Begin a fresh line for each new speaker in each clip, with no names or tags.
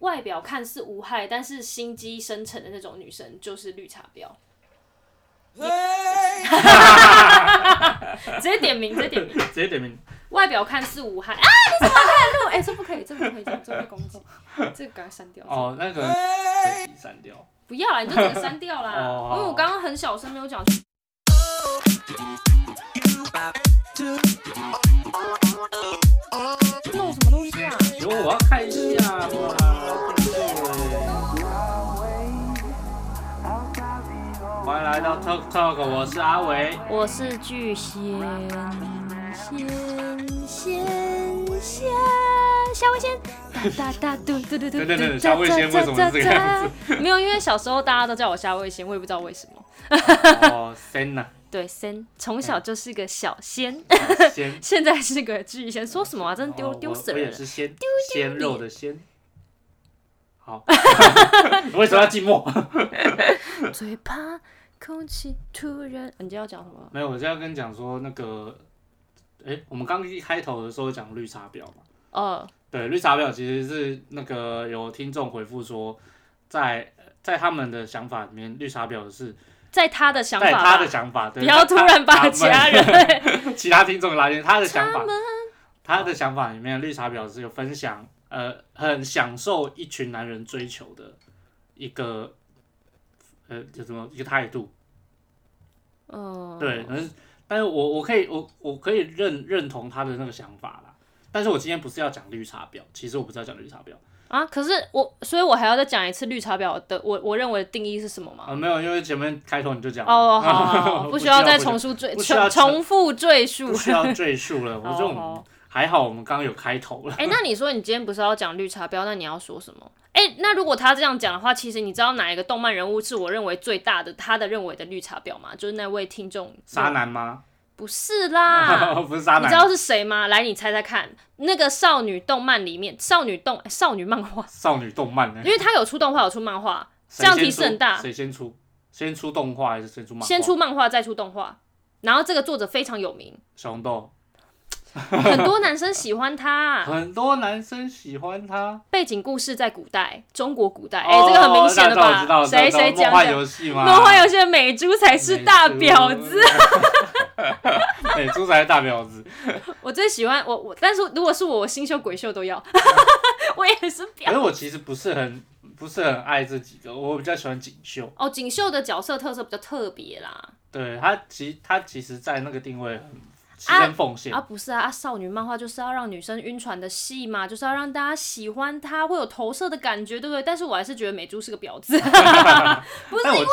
外表看似无害，但是心机深沉的那种女生就是绿茶婊，直接点名，直接点名。
直接点名，
外表看似无害啊！你怎么看路？哎、这不可以，这不可以讲，这会攻击，这个赶快删掉。
哦，那个
哎
可以删掉。
不要啦，你就整个删掉啦。
哦
因为我刚刚很小声没有讲。弄什么东西啊？
有我要看一下哇，欢迎来到 Talk Talk，我是阿维。
我是巨仙，仙仙仙夏威仙，哒哒哒嘟嘟嘟嘟
等等等等，夏威先为什么是这个样子？
没有，因为小时候大家都叫我夏威仙，我也不知道为什么。
哦，仙 呐，
对，仙从
嗯
小就是个小仙，
仙。
现在是个巨仙，说什么啊？真的丢
哦
丢
我
死
我
人
也
了！
是鲜鲜肉的鲜。 好，为什么要寂寞？
最怕空气突然，你就要讲什么？
没有，我是要跟你讲说那个，哎、我们刚一开头的时候讲绿茶婊嘛，
哦，
对，绿茶婊其实是那个有听众回复说，在在他们的想法里面，绿茶婊是
在他的想法
在
吧，
他的想法，对
不要突然把其他人、
他 其他听众拉进他的想法，他的想法里面，绿茶婊是有分享，呃，很享受一群男人追求的一个，呃，叫什么一个态度，
嗯，
对，但是但是我我可以我我可以认认同他的那个想法啦，但是我今天不是要讲绿茶婊，其实我不是要讲绿茶婊，
啊，可是我，所以我还要再讲一次绿茶婊的我我认为的定义是什么
啊、
吗？
没有，因为前面开头你就讲了
哦， 好好好，
啊不
需要再
不
重述赘
不需要
重重复赘述
不。需要赘述了，我这
哦好
种
好
还好，我们刚刚有开头了。
哎、那你说你今天不是要讲绿茶婊，那你要说什么？哎、那如果他这样讲的话，其实你知道哪一个动漫人物是我认为最大的，他的认为的绿茶婊吗？就是那位听众
渣男吗？
不是啦，
不是 渣
啊你
男，
知道是谁吗？来，你猜猜看，那个少女动漫里面，少女动哎少女漫 画，
少女动漫呢
因？为它有出动画，有出漫画，
谁
这样
先
提示
出
很大。
谁先出？先出动画还是先出漫画？
先出漫画，再出动画，然后这个作者非常有 名，
小红豆，
很多男生喜欢 他。
很多男生喜欢他。
背景故事在古代，中国古代，哎、
哦
这个很明显了
那知道
吧？
我知道
谁
我知道
谁讲
梦幻
讲？
游戏吗？
梦幻游戏的美珠才是大婊子。
子。对， 猪哎才是大 婊子。
我最喜欢我我，但是如果是我，我星宿鬼宿都 要，我也是
可
婊。
是我其实不是很不是很爱这几个，我比较喜欢锦绣。
哦，锦绣的角色特色比较特别啦。
对他其他其实，在那个定位很牺
啊
牲奉献
啊，。不是啊，啊少女漫画就是要让女生晕船的戏嘛，就是要让大家喜欢她，会有投射的感觉，对不对？但是我还是觉得美珠是个婊 子，不是
但我
因为。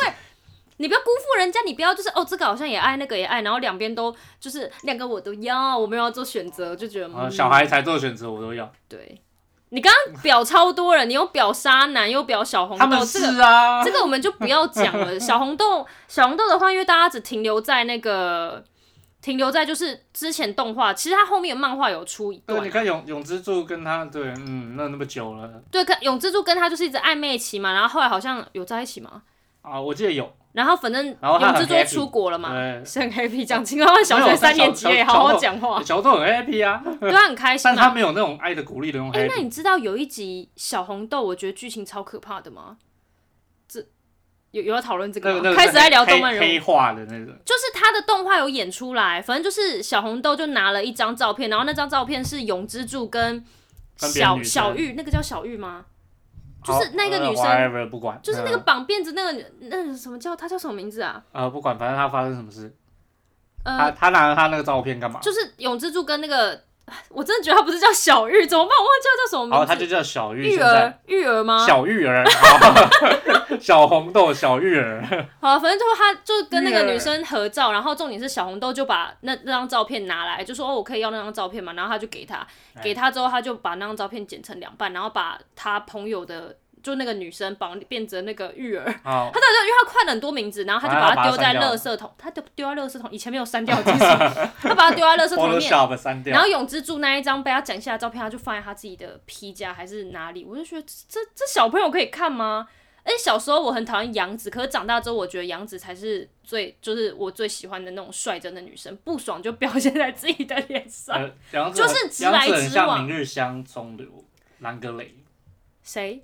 你不要辜负人家，你不要就是哦，这个好像也爱，那个也爱，然后两边都就是两个我都要，我没有要做选择，就觉得、
啊，
嗯、
小孩才做选择，我都要。
对。你刚刚表超多人，你又表渣男，又表小红
他们
豆，
是
这个
啊，
这个我们就不要讲了。小红豆，小红豆的话，因为大家只停留在那个停留在就是之前动画，其实它后面的漫画有出一
对，
段
你。看永永之助跟他对，嗯，那那么久了
对，跟永之助跟他就是一直暧昧期嘛，然后后来好像有在一起嘛，
啊，我记得有
然后反正
然后他
永
很
之助就
happy
出国了嘛，
对，
是很 happy 讲清，他小学三年级也
没有他小
好好讲话，
小豆很 happy 啊，
对他很开心
但是他
嘛。
没有那种爱的鼓励的那种
哎、那
happy。
你知道有一集小红豆，我觉得剧情超可怕的吗？这有有要讨论这
那
个吗？
个那个
开始在聊
黑
动漫人物
黑化的那种，
就是他的动画有演出来，反正就是小红豆就拿了一张照片，然后那张照片是永之助跟
跟别的
小
女生
小玉，那个叫小玉吗？就是
好
那个
呃
女生
whatever，不管，
就是那个
嗯
绑辫子那个那个什么叫她叫什么名字啊？
呃不管，反正他发生什么事，他
呃，
他拿了他那个照片干嘛？
就是永之助跟那个，我真的觉得她不是叫小玉，怎么办？我忘记她叫什么
然后
名字？
哦他就叫小玉，
玉
现在
儿玉儿吗？
小玉儿， 好小红豆小玉儿，
好，反正就是他就跟那
虐
个女生合照，然后重点是小红豆就把那那张照片拿来，就说哦，我可以要那张照片嘛，然后他就给他，
哎
给他之后，他就把那张照片剪成两半，然后把他朋友的。就那个女生绑变成那个玉儿，他
好，
到 底因为他换了很多名字，然后他就
反
把
正他
它丢
把它删
在
掉了
垃圾桶，他就丢在垃圾桶，以前没有删掉的技术，他把它丢在垃圾桶里面，
Photoshop 删
然
掉，
后永之助那一张被他剪下的照片，他就放在他自己的皮夹还是哪里，我就觉得这这这小朋友可以看吗？哎，小时候我很讨厌杨紫，可是长大之后，我觉得杨紫才是最，就是我最喜欢的那种率真的女生，不爽就表现在自己的脸上。
呃杨紫
就是
很
直来
杨紫很
直
像
往
明日香中流兰格雷，
谁？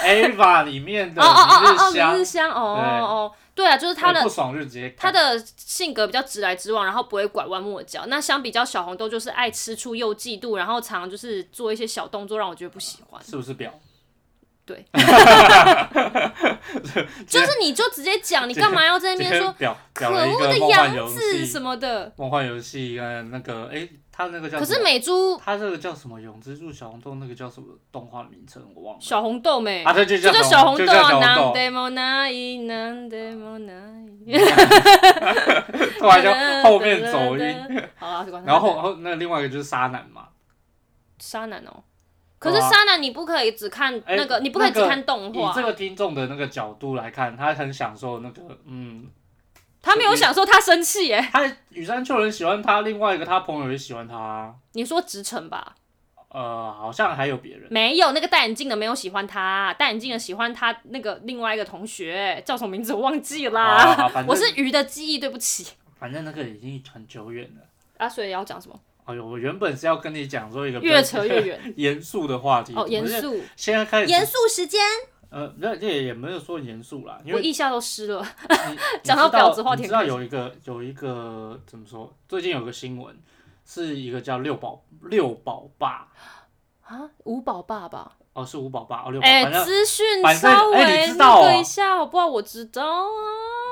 AVA 里面的
哦哦哦哦
明
哦，
日香
明日，香，哦哦哦，对啊，就是他
对
的
不爽就直接
他
看
的性格比较直来直往，然后不会拐弯抹角。那相比较小红豆，就是爱吃醋又嫉妒，然后常就是做一些小动作，让我觉得不喜欢。
是不是表？
对，就是你就直接讲，你干嘛要在那边说
表
可
表了一
恶的
个梦幻
杨
游
子
戏
什，么的？
梦幻游戏跟那个哎，他那个叫
可
什
是
么
美珠
他这个叫什么《永之助小红豆》那个叫什么动画名称我忘了
小红豆没？
啊，对，就
这
叫
就小红
就
豆
叫
啊
小红
，nam
豆，
demo nai nam demo nai，
突然就后面 走音，。
好了，管他
然后
的
后后那另外一个就是沙男嘛，
沙男哦，
对
可
啊
是沙男你不可以只看
哎
那个，你不可以
那
只
个
看动
以
画
这。个听众的那个角度来看，他很享受那个，嗯，
他没有想说他生气耶，
他羽山秋人喜欢他，另外一个他朋友也喜欢他啊，
你说直诚吧？
呃，好像还有别人，
没有，那个戴眼镜的没有喜欢他，戴眼镜的喜欢他那个另外一个同学，叫什么名字我忘记
啊好
啦。
反正
我是鱼的记忆，对不起。
反正那个已经很久远了。
啊，所以要讲什么？
哎呦，我原本是要跟你讲说一个比较
越扯越远。
严肃的话题，
哦，严
可是
肃，
现在开始
严肃时间，
呃，那也也没有说严肃啦，因
我
为
腋下都湿了。
你
讲到婊子话
你
题
知道有一个有一个怎么说？最近有个新闻，是一个叫六宝六宝爸
啊，五宝爸爸，
哦，是五宝爸哦，六宝。
哎、
反正
资讯
反正
稍
哎你
微
知
那
道哦
个一下好不好？我知道啊，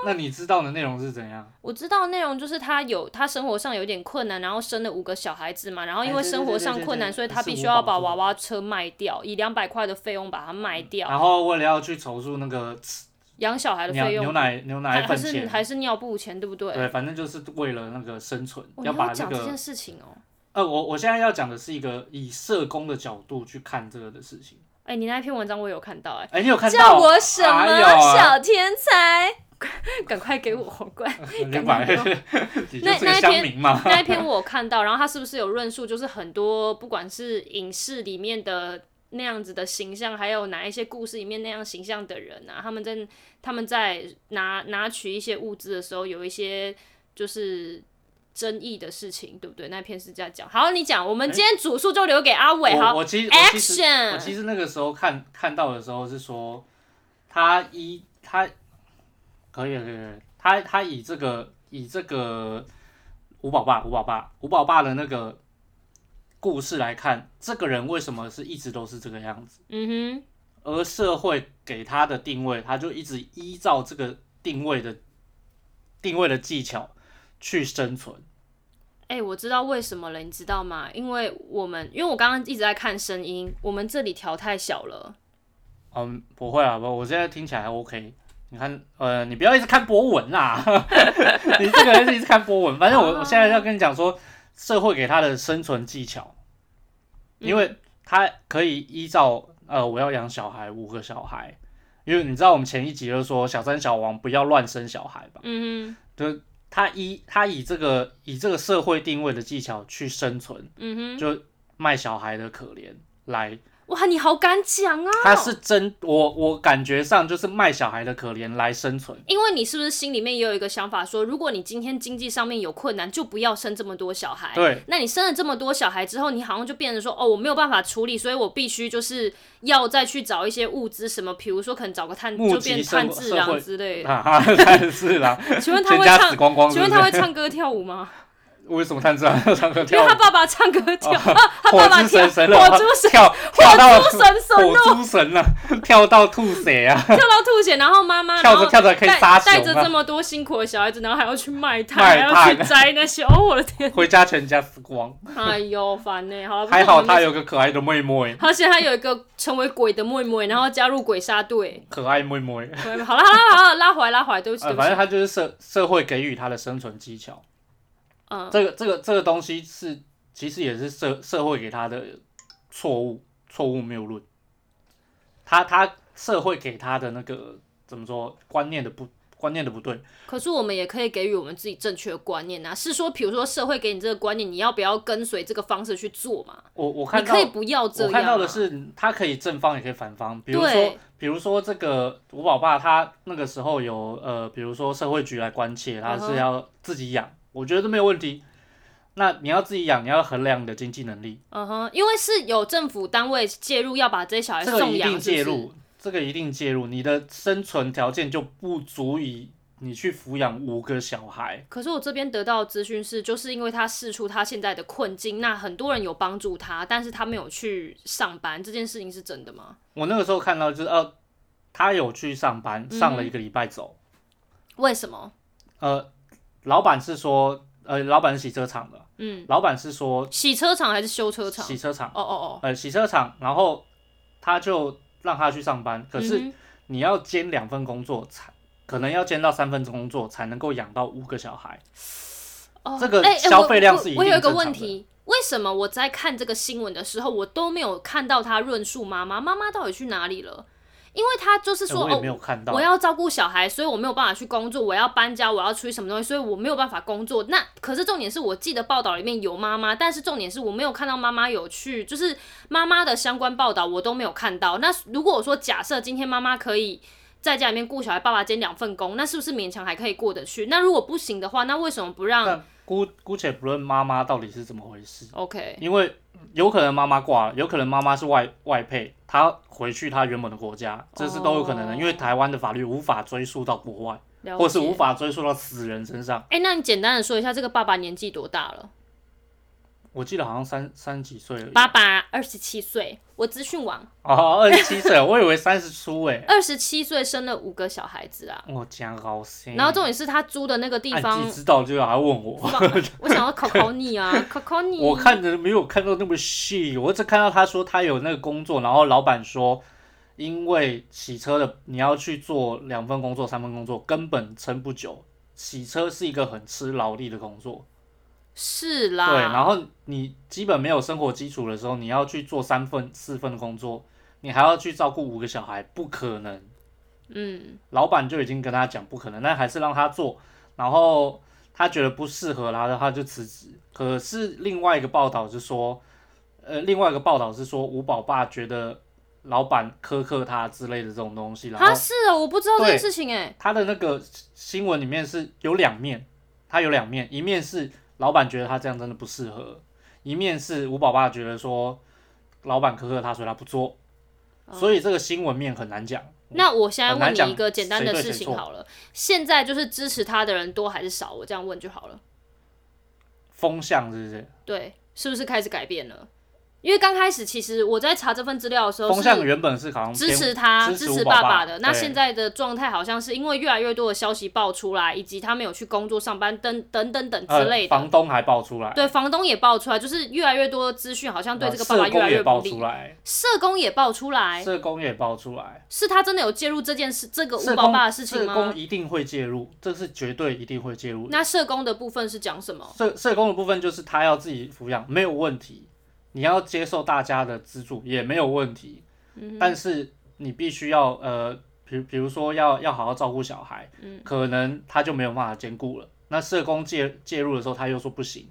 那你知道的内容是怎样？
我知道内容就是他有他生活上有点困难，然后生了五个小孩子嘛，然后因
哎
为
对
生
对
活
对
上
对
困
对
难，所以他
是
必
五
须
宝
要
是
把
五
娃
宝嗯
娃车卖掉，以两百块的费用把它卖掉，
然后为了要去筹措那个
养小孩的
牛
费
牛
用，
奶牛奶
还
粉
还是
钱，
还是尿布钱，对不对？
对，反正就是为了那个生存，
我
要把那
哦讲这
个
件事情哦、
呃，我我现在要讲的是一个以社工的角度去看这个的事情。
哎、你那篇文章我有看到、哎。
哎，你有看
叫
到？
我什么
哎呦啊
小天才？ 赶快给我皇冠！
你买，
感觉
你就
那
是
那
个
一
乡
天
民 嘛。
那一篇我有看到，然后他是不是有论述，就是很多不管是影视里面的那样子的形象，还有哪一些故事里面那样形象的人啊，他们在他们在拿拿取一些物资的时候，有一些就是争议的事情，对不对？那篇是这样讲。好，你讲，我们今天主述就留给阿伟
我
哈。
我其实我其实
Action，
我其实那个时候看看到的时候是说，他一他可以了可以了，他他以这个以这个五宝爸五宝爸五宝爸的那个故事来看，这个人为什么是一直都是这个样子？
嗯
而社会给他的定位，他就一直依照这个定位的定位的技巧去生存。
哼，哎、我知道为什么了，你知道吗？因为我们因为我刚刚一直在看声音，我们这里调太小了。
嗯，不会啊，不，我现在听起来还 OK。你看，呃，你不要一直看波纹啦， 你这个人是一直看波纹。反正我我现在要跟你讲说，社会给他的生存技巧，因为他可以依照呃，我要养小孩五个小孩，因为你知道我们前一集就说小三小王不要乱生小孩吧，
嗯
就是他依他以这个以这个社会定位的技巧去生存
哼，，嗯哼。
就卖小孩的可怜来
哇，你好敢讲啊！
他是真，我我感觉上就是卖小孩的可怜来生存。
因为你是不是心里面也有一个想法说如果你今天经济上面有困难，就不要生这么多小孩。
对，
那你生了这么多小孩之后，你好像就变成说，哦，我没有办法处理，所以我必须就是要再去找一些物资什么，比如说可能找个炭，
募
就
集
变
社会
炭治郎之类 的。
哈啊哈，但 是啦，
请问他
全
会
家死
唱？
光光
请
是不
问他
是
会 唱歌跳舞吗？
为什么探长要唱歌
因
跳
为
舞
他？爸爸唱歌跳， 啊
哦
他爸爸
火之
跳
神神了
火之神
跳跳到
火之神 神啊
火猪神了，跳到吐 血啊！
跳到吐血，然后妈妈
跳
然
着
后
跳着可以
带
杀
带着
熊
这
啊，
么多辛苦的小孩子，然后还要去卖炭，
卖
还要
炭
去摘那些， 哦，我的天！
回家全家死光。
哎呦，烦呢、好了，不过
还
我
好
们
他有个可爱的妹妹，
好险，他有一个成为鬼的妹妹，然后加入鬼杀队。
可爱妹妹。
好了好了好了，拉回来拉回来，对不起对
呃，
不
反
起
正。他就是社社会给予他的生存技巧。
嗯，
这个这个这个东西是其实也是社社会给他的错误错误谬论，他他社会给他的那个怎么说观念的不观念的不对，
可是我们也可以给予我们自己正确的观念啊，是说，比如说社会给你这个观念，你要不要跟随这个方式去做嘛？
我我看
你
到
可以不要这
我
样、啊。
看到的是他可以正方也可以反方，比如说
对
比如说这个五宝爸他那个时候有呃比如说社会局来关切，他
嗯
是
哼
要自己养，我觉得没有问题。那你要自己养，你要衡量你的经济能力，
嗯哼，因为是有政府单位介入，要把这些小孩
这个
送
一
养，
定介
是不是
入，这个一定介入，你的生存条件就不足以你去抚养五个小孩。
可是我这边得到的资讯是，就是因为他试出他现在的困境，那很多人有帮助他，但是他没有去上班，这件事情是真的吗？
我那个时候看到就是，呃，他有去上班，
嗯
上了一个礼拜走，
为什么？
呃，老板是说，呃，老板是洗车场的，
嗯，
老板是说
洗车场还是修车场？
洗车场，
哦哦哦，
呃，洗车场，然后他就让他去上班，可是
嗯哼
你要兼两份工作才。可能要兼到三份工作才能够养到五个小孩，
哦
这个
哎哎
消费量
我
是一
我我
定
有一个
正常
问
的
题，为什么我在看这个新闻的时候，我都没有看到他论述妈妈妈妈到底去哪里了？因为他就是
哎
说、
我也没有看
哦，
到
我。要照顾小孩，所以我没有办法去工作，我要搬家，我要出去什么东西，所以我没有办法工作。那可是重点是我记得报道里面有妈妈，但是重点是我没有看到妈妈有去，就是妈妈的相关报道我都没有看到。那如果我说假设今天妈妈可以在家里面顾小孩，爸爸兼两份工，那是不是勉强还可以过得去？那如果不行的话，那为什么不让？
但姑姑且不论妈妈到底是怎么回事，
OK，
因为有可能妈妈挂了，有可能妈妈是外外配，她回去她原本的国家，这是都有可能的。
哦
因为台湾的法律无法追溯到国外，
了
或是
解
无。法追溯到死人身上。
哎、那你简单的说一下这个爸爸年纪多大了？
我记得好像三三十几岁而已。
爸爸二十七岁，我资讯网
哦，二十七岁，我以为三十出欸诶。
二十七岁生了五个小孩子啊。
我讲好心。
然后重点是他租的那个地
啊
方
你自，己知道就要来问我。
我想要考考你啊，考考你。
我看着没有看到那么细，我只看到他说他有那个工作，然后老板说，因为洗车的你要去做两份工作、三份工作，根本撑不久。洗车是一个很吃劳力的工作，
是
对。
啦，
然后你基本没有生活基础的时候，你要去做三份、四份工作，你还要去照顾五个小孩，不可能。
嗯，
老板就已经跟他讲不可能，但还是让他做，然后他觉得不适合啦，然后他就辞职。可是另外一个报道是说，呃，另外一个报道是说吴宝爸觉得老板苛刻他之类的这种东西，然后
他是哦，我不知道这件
对
事情哎、
他的那个新闻里面是有两面，他有两面，一面是老板觉得他这样真的不适合，一面是吴宝爸觉得说老板苛刻他，所以他不做，
哦
所以这个新闻面很难讲。
那我现在
很
问
难讲
你一个简单的
谁对
事
谁
情
错
好了，现在就是支持他的人多还是少？我这样问就好了。
风向是不是？
对，是不是开始改变了？因为刚开始其实我在查这份资料的时候，
风向原本是好像
支
偏
持他、
支
支
持
持
吴宝
爸
爸
的。那
对
现在的状态好像是因为越来越多的消息爆出来，以及他没有去工作、上班等等等等之类
呃、
的。
房东还爆出来，
对，房东也爆出来，就是越来越多的资讯，好像对
呃
这个爸爸
社
越
工
来越
也
不
爆
利。
出来，
社工也爆出来，
社工也爆出来，
是他真的有介入这件事，这个
社
五宝
工
爸的事情
社工
吗？
一定会介入，这是绝对一定会介入的。
那社工的部分是讲什么？
社社工的部分就是他要自己抚养，没有问题，你要接受大家的资助也没有问题，
嗯
但是你必须要呃，比如比如说要要好好照顾小孩，
嗯
可能他就没有办法兼顾了。那社工介介入的时候，他又说不行，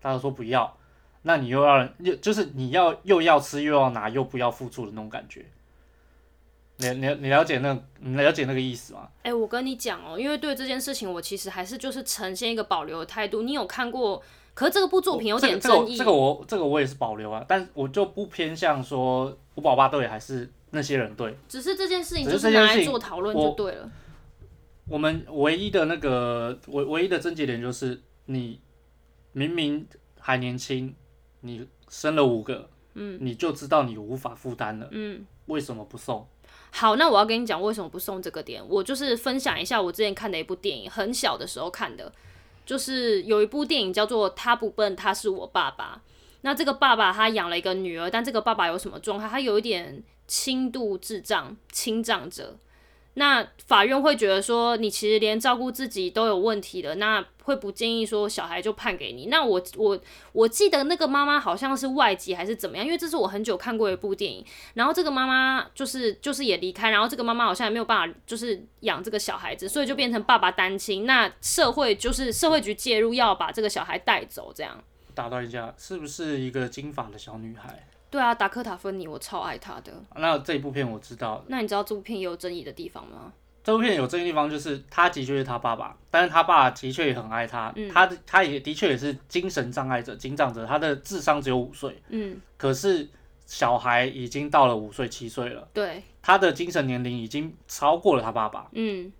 他又说不要，那你又要又就是你要又要吃又要拿又不要付出的那种感觉。你你你了解那你了解那个意思吗？
哎、我跟你讲哦、因为对这件事情，我其实还是就是呈现一个保留的态度。你有看过？可是这个部作品有
这个
点
这个
争
我
议。
这个我这个我也是保留啊，但是我就不偏向说五宝爸对还是那些人对。
只是这件事情
只
就是是
这件
拿来
事情
做讨论就
我
对了。
我们唯一的那个唯唯一的症结点就是，你明明还年轻，你生了五个，嗯，你就知道你无法负担了，
嗯，
为什么不送？
好，那我要跟你讲为什么不送这个点。我就是分享一下我之前看的一部电影，很小的时候看的，就是有一部电影叫做《他不笨，他是我爸爸》。那这个爸爸他养了一个女儿，但这个爸爸有什么状态？他有一点轻度智障、轻障者。那法院会觉得说，你其实连照顾自己都有问题的，那会不建议说小孩就判给你。那我我我记得那个妈妈好像是外籍还是怎么样，因为这是我很久看过的一部电影。然后这个妈妈就是就是也离开，然后这个妈妈好像也没有办法就是养这个小孩子，所以就变成爸爸单亲。那社会就是社会局介入，要把这个小孩带走，这样。
打断一下，是不是一个金发的小女孩？
对啊，达科塔·芬妮，我超爱她的。
那这部片我知道，
那你知道这部片也有争议的地方吗？
这部片有争议的地方就是，他的确是他爸爸，但是他爸的确也很爱他，
嗯
他的他也的确也是精神障碍者、精障者，他的智商只有五岁，
嗯，
可是小孩已经到了五岁七岁了，
对，
他的精神年龄已经超过了他爸爸，
嗯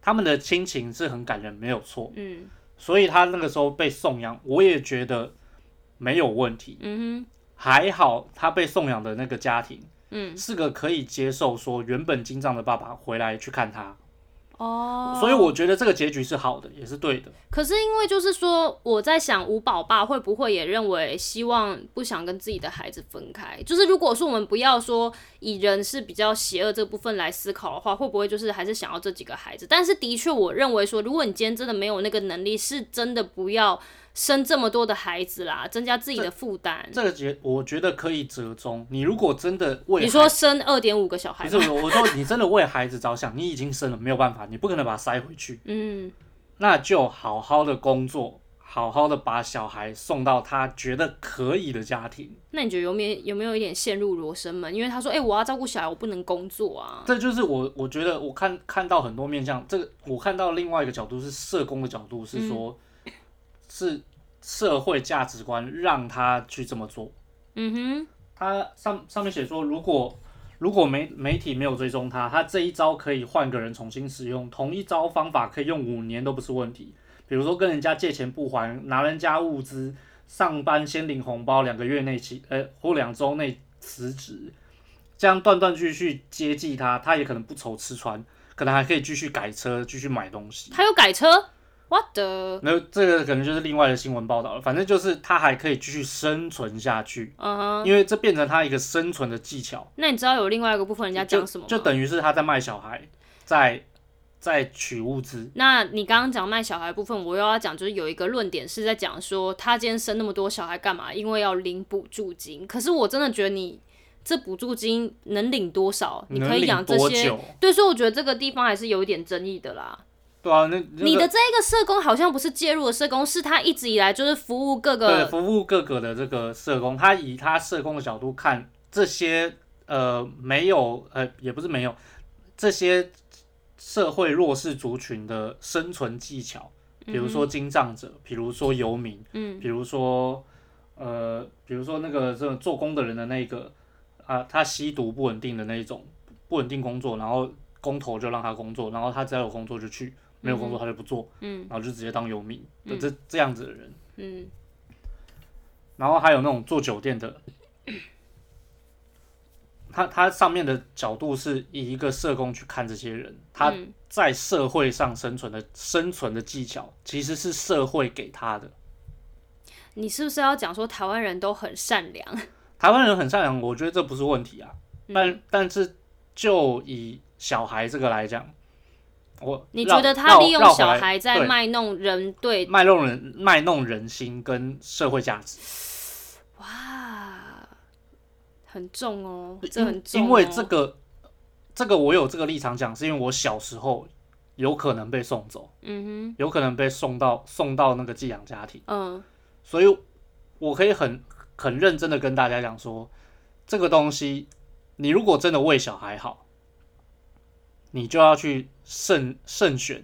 他们的亲情是很感人，没有错。
嗯
所以他那个时候被送养，我也觉得没有问题，
嗯哼，
还好他被送养的那个家庭
嗯
是个可以接受说原本金藏的爸爸回来去看他，
哦，嗯
所以我觉得这个结局是好的，也是对的。
可是因为就是说，我在想吴宝爸会不会也认为希望不想跟自己的孩子分开？就是如果说我们不要说以人是比较邪恶这部分来思考的话，会不会就是还是想要这几个孩子？但是的确，我认为说，如果你今天真的没有那个能力，是真的不要生这么多的孩子啦，增加自己的负担。
这个结我觉得可以折中。你如果真的为
你
孩
说
子
生二点五个小孩
不
吗？
是我说你真的为孩子着想，你已经生了，没有办法，你不可能把他塞回去，
嗯
那就好好的工作，好好的把小孩送到他觉得可以的家庭。
那你觉得有没有有没有一点陷入罗生门？因为他说，哎、我要照顾小孩，我不能工作啊。
这就是我我觉得我看看到很多面向，这个我看到另外一个角度是社工的角度，是说，
嗯
是社会价值观让他去这么做。
嗯
他上上面写说，如果如果媒媒体没有追踪他，他这一招可以换个人重新使用，同一招方法可以用五年都不是问题。比如说跟人家借钱不还，拿人家物资，上班先领红包，两个月内起呃或两周内辞职，这样断断续续接济他，他也可能不愁吃穿，可能还可以继续改车，继续买东西
哼，。他有改车，what the？
那这个可能就是另外的新闻报道了，反正就是他还可以继续生存下去，
嗯哼。
因为这变成他一个生存的技巧。
那你知道有另外一个部分人家讲什么吗
就？就等于是他在卖小孩，在在取物资。
那你刚刚讲卖小孩的部分，我又要讲，就是有一个论点是在讲说，他今天生那么多小孩干嘛？因为要领补助金。可是我真的觉得你这补助金能领多少？你可
能
以
领
养这
多
些
久？。
对，所以我觉得这个地方还是有一点争议的啦。
对啊，那那
你
个
的这一个社工好像不是介入的社工，是他一直以来就是服务各
对
个，
服务各个的这个社工，他以他社工的角度看这些呃没有呃也不是没有这些社会弱势族群的生存技巧，比如说经障者，比如说游民，
嗯，
比如说呃比如说那个这种做工的人的那个啊，他吸毒不稳定的那一种不稳定工作，然后工头就让他工作，然后他只要有工作就去，没有工作他就不做，
嗯
然后就直接当游民，
嗯
这这样子的人。
嗯
然后还有那种做酒店 的，他他上面的角度是以一个社工去看这些人，他
嗯
在社会上生存的生存的技巧，其实是社会给他的。
你是不是要讲说台湾人都很善良？
台湾人很善良，我觉得这不是问题啊。
嗯
但但是就以小孩这个来讲，我
你
绕
觉得他利用
绕绕回
小
来
孩在
对
卖弄人对
卖弄人卖弄人心跟社会价值？
哇，很重哦，这很重、哦
因为这个，这个我有这个立场讲，是因为我小时候有可能被送走，
嗯
有可能被送到送到那个寄养家庭，
哼，嗯
所以我可以很很认真的跟大家讲说，这个东西，你如果真的为小孩好，你就要去慎慎选，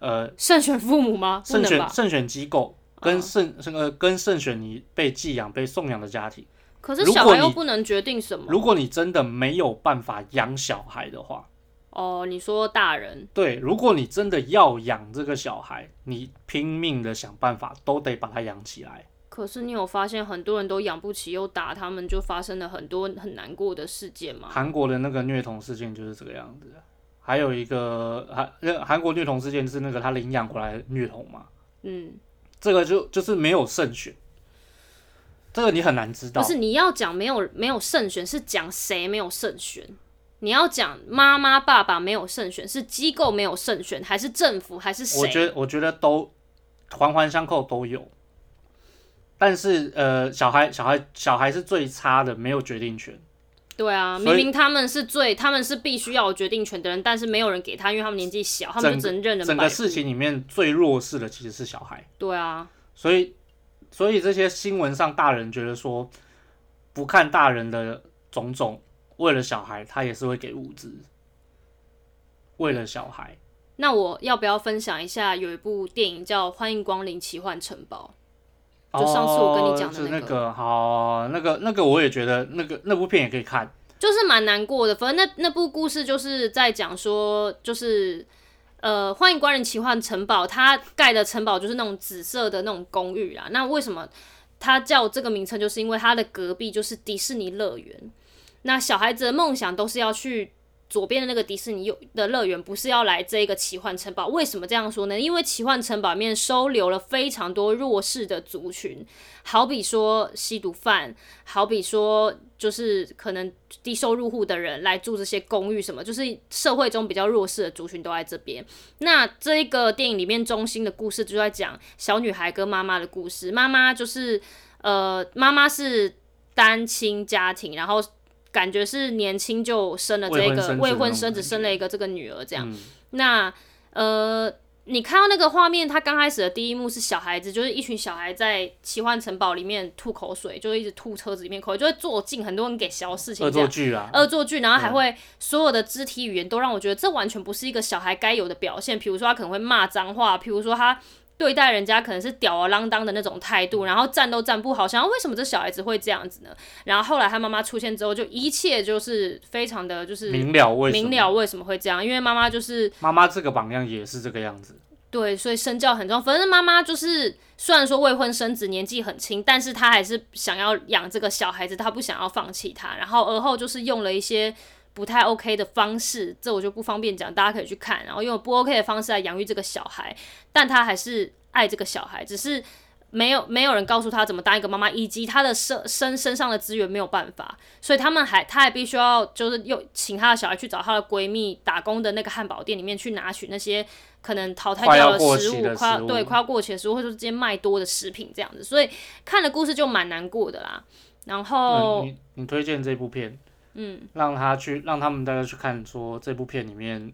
呃，
慎选父母吗？不
慎
能
选
吧？
慎选机构。跟
嗯
慎这个跟慎选你被寄养、被送养的家庭，
可是
如
小
果
孩又
你
不能决定什么
如果你真的没有办法养小孩的话，
哦。你说大人，
对，如果你真的要养这个小孩，你拼命的想办法，都得把他养起来。
可是你有发现很多人都养不起又打他们，就发生了很多很难过的事件吗？
韩国的那个虐童事件就是这个样子，还有一个韩那韩国虐童事件是那个他领养过来的虐童嘛，
嗯，
这个就就是没有慎选，这个你很难知道
不。是你要讲没有没有慎选，是讲谁没有慎选？你要讲妈妈爸爸没有慎选，是机构没有慎选，还是政府，还是谁？
我觉得我觉得都环环相扣都有，但是呃，小孩小孩小孩是最差的，没有决定权。
对啊，
所
明
以
明他们是最，他们是必须要有决定权的人，但是没有人给他，因为他们年纪小，他们就只能任人摆
整
布。
个事情里面最弱势的其实是小孩。
对啊，
所以，所以这些新闻上大人觉得说，不看大人的种种，为了小孩，他也是会给物资。为了小孩，
那我要不要分享一下有一部电影叫《欢迎光临奇幻城堡》？就上次我跟你讲的
哦就
那
那
个
个，好，那个那个我也觉得那个那部片也可以看，
就是蛮难过的。反正那那部故事就是在讲说，就是呃，欢迎光临奇幻城堡，它盖的城堡就是那种紫色的那种公寓啦。那为什么它叫这个名称，就是因为它的隔壁就是迪士尼乐园。那小孩子的梦想都是要去左边的那个迪士尼有的乐园，不是要来这个奇幻城堡。为什么这样说呢？因为奇幻城堡里面收留了非常多弱势的族群，好比说吸毒犯，好比说就是可能低收入户的人来住这些公寓，什么就是社会中比较弱势的族群都在这边。那这一个电影里面中心的故事就在讲小女孩跟妈妈的故事。妈妈就是呃，妈妈是单亲家庭，然后感觉是年轻就生了这
未婚
个
生子
未
那
婚
种
生子，
感觉
生了一个这个女儿这样。
嗯
那呃，你看到那个画面，他刚开始的第一幕是小孩子，就是一群小孩在奇幻城堡里面吐口水，就一直吐车子里面口水，就会做尽很多人给小事情
恶
这
作
样。呃
剧啊，
恶作剧，然后还会所有的肢体语言都让我觉得这完全不是一个小孩该有的表现。比如说他可能会骂脏话，比如说他对待人家可能是吊儿郎当的那种态
嗯
度，然后站都站不好。想要为什么这小孩子会这样子呢？然后后来他妈妈出现之后，就一切就是非常的就是
明了为什么
明了为什么会这样，因为妈妈就是
妈妈这个榜样也是这个样子，
对，所以身教很重要。反正妈妈就是，虽然说未婚生子，年纪很轻，但是她还是想要养这个小孩子，她不想要放弃他。然后而后就是用了一些不太 OK 的方式，这我就不方便讲，大家可以去看。然后用不 OK 的方式来养育这个小孩，但她还是爱这个小孩，只是没有没有人告诉她怎么当一个妈妈，以及她的身身身上的资源没有办法，所以他们还她还必须要就是又请她的小孩去找她的闺蜜打工的那个汉堡店里面去拿取那些。可能淘汰
快
掉
要
了
过
食
期
物，
的
快要
食物
对快要过期的食物，或者说这些卖多的食品这样子，所以看了故事就蛮难过的啦。然后
嗯、你你推荐这部片，嗯，让他去让他们大家去看，说这部片里面，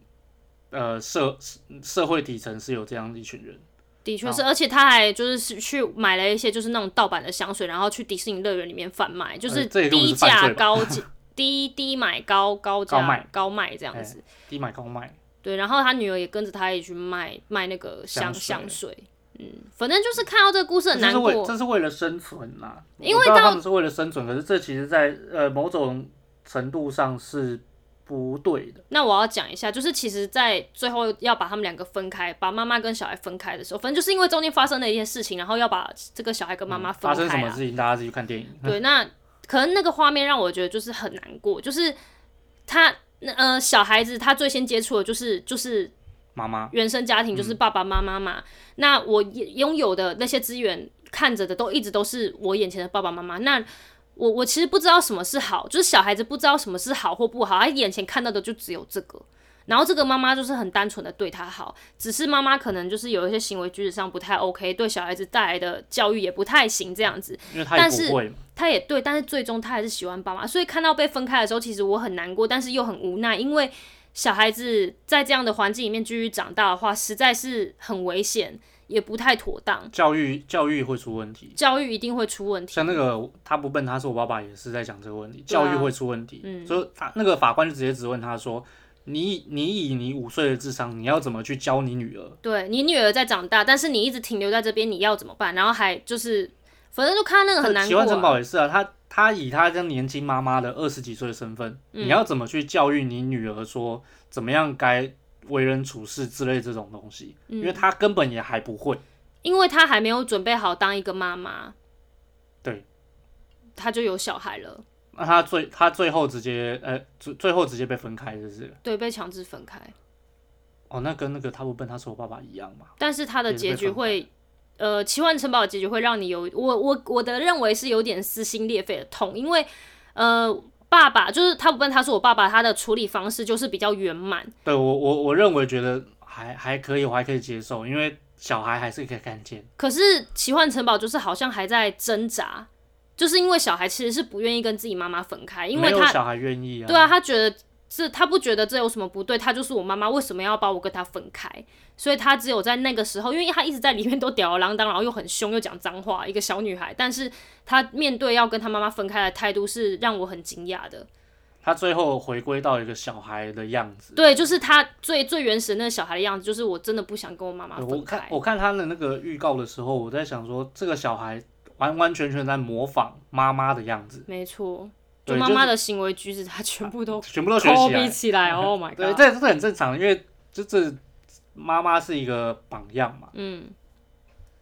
呃，社社会底层是有这样一群人，
的确是，而且他还就是是去买了一些就是那种盗版的香水，然后去迪士尼乐园里面贩卖，就
呃
是
这也根本
低
是犯
价
罪吧
高价低低买高高价
高卖
高卖这样
哎
子。
低买高卖，
对，然后他女儿也跟着他一起去卖卖那个香
香
香水。嗯，反正就是看到这个故事很
这
难
是为
过，
这是为了生存呐、
因为
我知道
到
他们是为了生存，可是这其实在呃某种程度上是不对的，
那我要讲一下，就是其实，在最后要把他们两个分开，把妈妈跟小孩分开的时候，反正就是因为中间发生了一些事情，然后要把这个小孩跟妈妈分
嗯发生什
开啊
么
啦。
事情，大家自己去看电影。
对，那可能那个画面让我觉得就是很难过，就是他那呃小孩子他最先接触的就是就是
妈妈，
原生家庭就是爸爸妈妈嘛。那我也拥有的那些资源，看着的都一直都是我眼前的爸爸妈妈。那我我其实不知道什么是好，就是小孩子不知道什么是好或不好，他眼前看到的就只有这个。然后这个妈妈就是很单纯的对他好，只是妈妈可能就是有一些行为举止上不太 OK，对小孩子带来的教育也不太行这样子。
因为他
但
也
是
不会嘛，
他也对，但是最终他还是喜欢爸妈，所以看到被分开的时候，其实我很难过，但是又很无奈，因为小孩子在这样的环境里面继续长大的话，实在是很危险，也不太妥当，
教育教育会出问题。
教育一定会出问题
像。那个他不笨，他是我爸爸，也是在讲这个问题，
对啊
教育会出问题。
嗯
所以他那个法官就直接质问他说：“你你以你五岁的智商，你要怎么去教你女儿
对你女儿在长大，但是你一直停留在这边，你要怎么办？然后还就是，反正就看那？”个很
这
难
奇
过、
幻城堡
啊。
也是啊，他他以他这样年轻妈妈的二十几岁的身份，
嗯
你要怎么去教育你女儿说怎么样该为人处事之类这种东西？
嗯
因为他根本也还不会。
因为她还没有准备好当一个妈妈，
对，
她就有小孩了，
那他最他最后直接呃最最后直接被分开，就是
对，被强制分开。
哦，那跟那个他不笨，他是我爸爸一样嘛。
但是它的
也是
结
被
局
放大
会，呃，奇幻城堡的结局会让你有我我我的认为是有点撕心裂肺的痛，因为呃，爸爸就是他不笨，他说我爸爸他的处理方式就是比较圆满，
对我我我认为觉得还还可以，我还可以接受，因为小孩还是可以看见。
可是奇幻城堡就是好像还在挣扎，就是因为小孩其实是不愿意跟自己妈妈分开，因为
没有
他
小孩愿意啊。
对啊，，他觉得这他不觉得这有什么不对，他就是我妈妈，为什么要把我跟她分开？所以他只有在那个时候，因为他一直在里面都吊儿郎当，然后又很凶，又讲脏话，一个小女孩。但是她面对要跟她妈妈分开的态度是让我很惊讶的。
他最后回归到一个小孩的样子。
对，就是她最最原始的那个小孩的样子，就是我真的不想跟我妈妈
对，
分
我看
开。
我看他的那个预告的时候，我在想说，这个小孩完完全全在模仿妈妈的样子，
没错，就
对
妈
就是
妈的行为举止，她全部 都
全部都学习啊
copy
来。
起 来。Oh my
对，
god！
这这很正常，因为这这妈妈是一个榜样嘛，
嗯，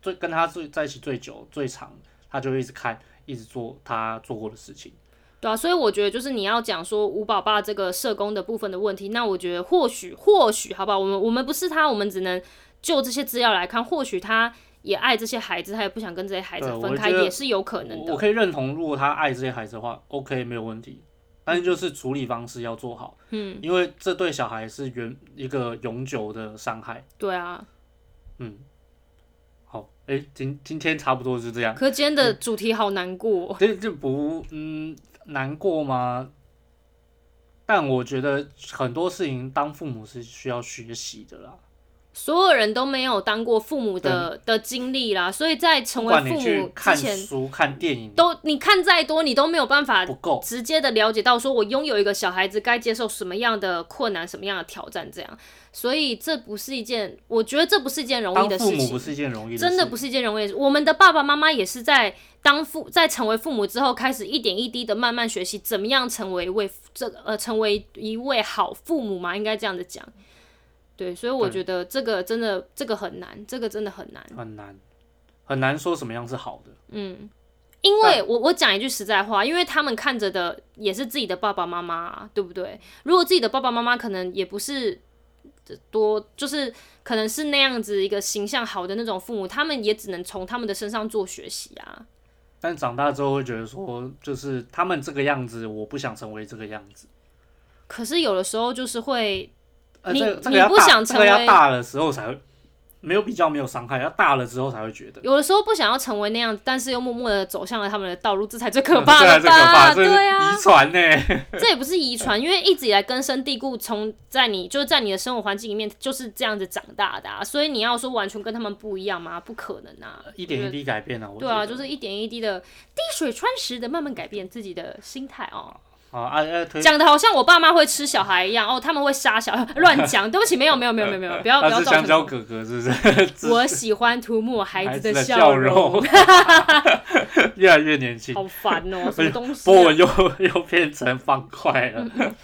最跟她最在一起最久最长，她就一直看，一直做她做过的事情。
对啊，所以我觉得就是你要讲说吴宝爸这个社工的部分的问题，那我觉得或许或许好不好？我们我们不是他，我们只能就这些资料来看，或许他也爱这些孩子，他也不想跟这些孩子
对
分
我
开，
觉得
也是有可能
我我
的。
可以认同，如果她爱这些孩子的话，OK 没有问题，但是就是处理方式要做好，
嗯，
因为这对小孩是原一个永久的伤害。
对啊。
嗯，好，哎、今今天差不多是这样。
可是今天的主题好难过哦，
这这不嗯难过吗？但我觉得很多事情当父母是需要学习的啦。
所有人都没有当过父母的的经历啦，所以在
不
成为
管
父
你去
母之
看
前，
书、看电影
都你看再多，你都没有办法
不够，
直接的了解到，说我拥有一个小孩子该接受什么样的困难、什么样的挑战，这样，所以这不是一件，我觉得这不是一件容易
当
的
父
事
母不
情，
是一件容易的事，
真的不是一件容易的事。我们的爸爸妈妈也是在当父，在成为父母之后，开始一点一滴的慢慢学习，怎么样成为一位这个呃，成为一位好父母嘛，应该这样子讲。对，所以我
对
觉得这个真的，这个很难，这个真的很难。
很难，很难说什么样是好的。
嗯，因为我我讲一句实在话，因为他们看着的也是自己的爸爸妈妈啊，对不对？如果自己的爸爸妈妈可能也不是多，就是可能是那样子一个形象好的那种父母，他们也只能从他们的身上做学习啊。
但长大之后会觉得说，就是他们这个样子，我不想成为这个样子。
可是有的时候就是会，
呃，
你
这个这
你
个要
不
大
想
这个
成为
要大了时候才会，没有比较没有伤害，要大了之后才会觉得。
有的时候不想要成为那样子，但是又默默的走向了他们的道路，这才最可怕
对啊
的
这可怕，
吧？
这是
对啊，
遗传欸呢。
这也不是遗传，因为一直以来根深蒂固，从在你就是在你的生活环境里面就是这样子长大的、啊，所以你要说完全跟他们不一样吗？不可能啊！
呃一点一滴改变啊，我
对啊，
觉
就
得
是一点一滴的滴水穿石的慢慢改变自己的心态哦。
好啊啊推
讲的好像我爸妈会吃小孩一样哦，他们会杀小孩，乱讲。对不起，没有没有没有没有没 有，不要不
他
要
是
造
香
成
蕉
我。
哥哥是不是？
我喜欢涂抹孩子
的
的
笑
容，，
越来越年轻。
好烦 哦，什么东西、
波
啊？
纹又又变成方块
嗯
了。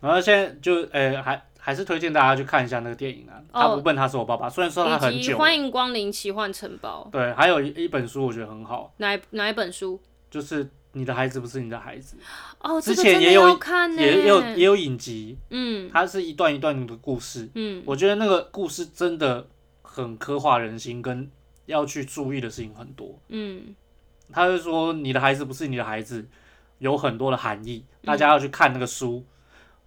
然后现在就呃还还是推荐大家去看一下那个电影啊。
哦
他不笨，他是我爸爸。虽然说他很
以及
久，
欢迎光临奇幻城堡，
对，还有一一本书我觉得很好，
哪一哪一本书？
就是你的孩子不是你的孩子，
哦，这个
之前
真的
也有
要看呢、
也有也有影集，
嗯
它是一段一段的故事。
嗯，
我觉得那个故事真的很刻画人心，跟要去注意的事情很多。
嗯，
他就说你的孩子不是你的孩子，有很多的含义，
嗯
大家要去看那个书，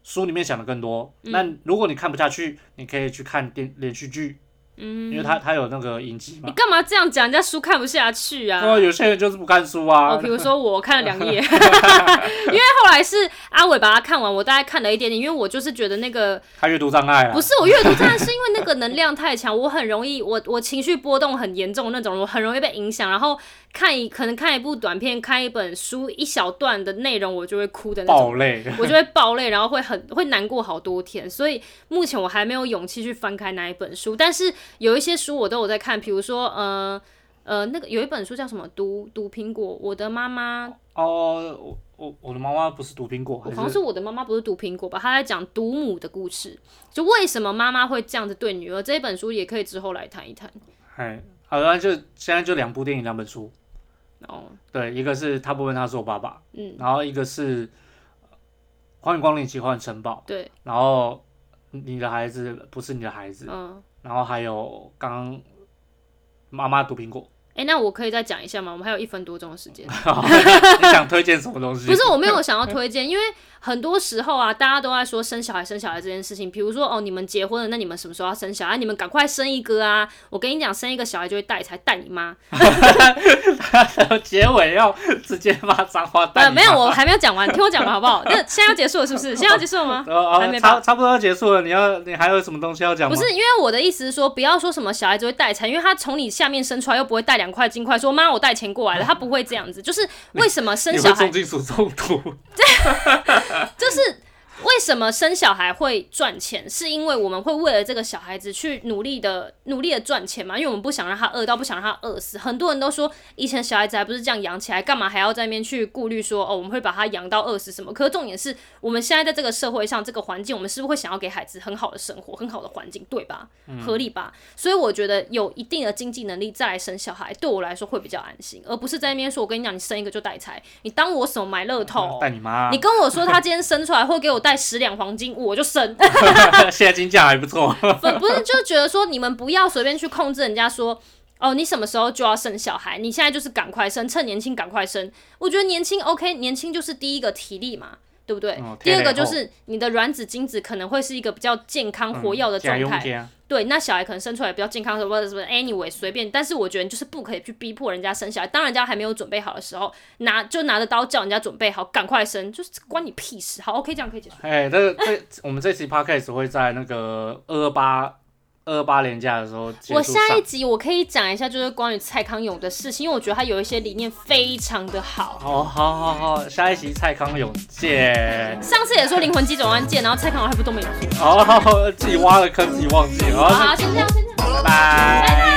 书里面想的更多。
嗯
那如果你看不下去，你可以去看电连续剧，嗯，因为他他有那个影集
你
嘛。
干嘛这样讲？人家书看不下去啊。
那有些人就是不看书
哦，
啊
比，如说我看了两 页，因为后来是阿伟把它看完，我大概看了一点点，因为我就是觉得那个
他阅读障碍啊
不，是我阅读障碍，是因为那个能量太强，我很容易我我情绪波动很严重那种，我很容易被影响，然后看一可能看一部短片，看一本书一小段的内容，我就会哭的那种
爆。泪。
我就会爆泪，然后会很会难过好多天，所以目前我还没有勇气去翻开哪一本书，但是有一些书我都有在看，比如说呃呃那个有一本书叫什么《毒毒苹果》，我的妈妈，
哦，我我我的妈妈不是毒苹果，
我
还
好像
是
是我的妈妈不是毒苹果吧？她在讲毒母的故事，就为什么妈妈会这样子对女儿，这一本书也可以之后来谈一谈。
哎，好像就现在就两部电影，两本书。
哦，
对，一个是他不问他是我爸爸，
嗯，
然后一个是呃欢迎光临奇幻城堡，
对，
然后你的孩子不是你的孩子，
嗯。
然后还有刚刚妈妈毒苹果，
哎、那我可以再讲一下吗？我们还有一分多钟的时间。
你想推荐什么东西？
不是，我没有想要推荐，因为很多时候啊，大家都在说生小孩、生小孩这件事情。比如说，哦，你们结婚了，那你们什么时候要生小孩？你们赶快生一个啊！我跟你讲，生一个小孩就会带财，带你妈。
结尾要直接骂脏话
呃，
蛋。
没有，我还没有讲完，听我讲完好不 好？那现在要结束了是不是？现在要结束了吗？
呃，
还
呃
没
差
吧
差不多要结束了，你要你还有什么东西要讲
不
吗？
是，因为我的意思是说，不要说什么小孩子会带财，因为他从你下面生出来又不会带两块金块，说妈我带钱
嗯
过来了，他不会这样子。就是为什么生
你
小
会
孩
重金属中毒，
就是为什么生小孩会赚钱？是因为我们会为了这个小孩子去努力的、努力的赚钱嘛？因为我们不想让他饿到，不想让他饿死。很多人都说，以前小孩子还不是这样养起来，干嘛还要在那边去顾虑说，哦，我们会把他养到饿死什么？可是重点是我们现在在这个社会上、这个环境，我们是不是会想要给孩子很好的生活、很好的环境，对吧？合理吧？所以我觉得有一定的经济能力再来生小孩，对我来说会比较安心，而不是在那边说，我跟你讲，你生一个就带财，你当我什么买乐透哦？
带你妈
你，跟我说他今天生出来会给我带十两黄金，我就生。
现在金价还不错，
不不是就觉得说你们不要随便去控制人家说。哦，你什么时候就要生小孩？你现在就是赶快生，趁年轻赶快生。我觉得年轻 OK，年轻就是第一个体力嘛，对不对？
嗯
第二个
天然
就
后
是你的卵子、精子可能会是一个比较健康、活跃的
家
状
用
态。
家
对，那小孩可能生出来比较健康，什么什么，anyway 随便。但是我觉得你就是不可以去逼迫人家生小孩。当人家还没有准备好的时候，拿就拿着刀叫人家准备好，赶快生，就是关你屁事。好，OK，这样可以结束。
哎、这个这我们这期 podcast 会在那个二二八二二八连假的时候结
我
束上
下一。集我可以讲一下，就是关于蔡康永的事情，因为我觉得他有一些理念非常的好。
哦好好好好，下一期蔡康永见。
上次也说灵魂机种案件，然后蔡康永还不都没有说。
哦，自己挖了坑自己忘记了。
好，先这样，先这样，
拜拜。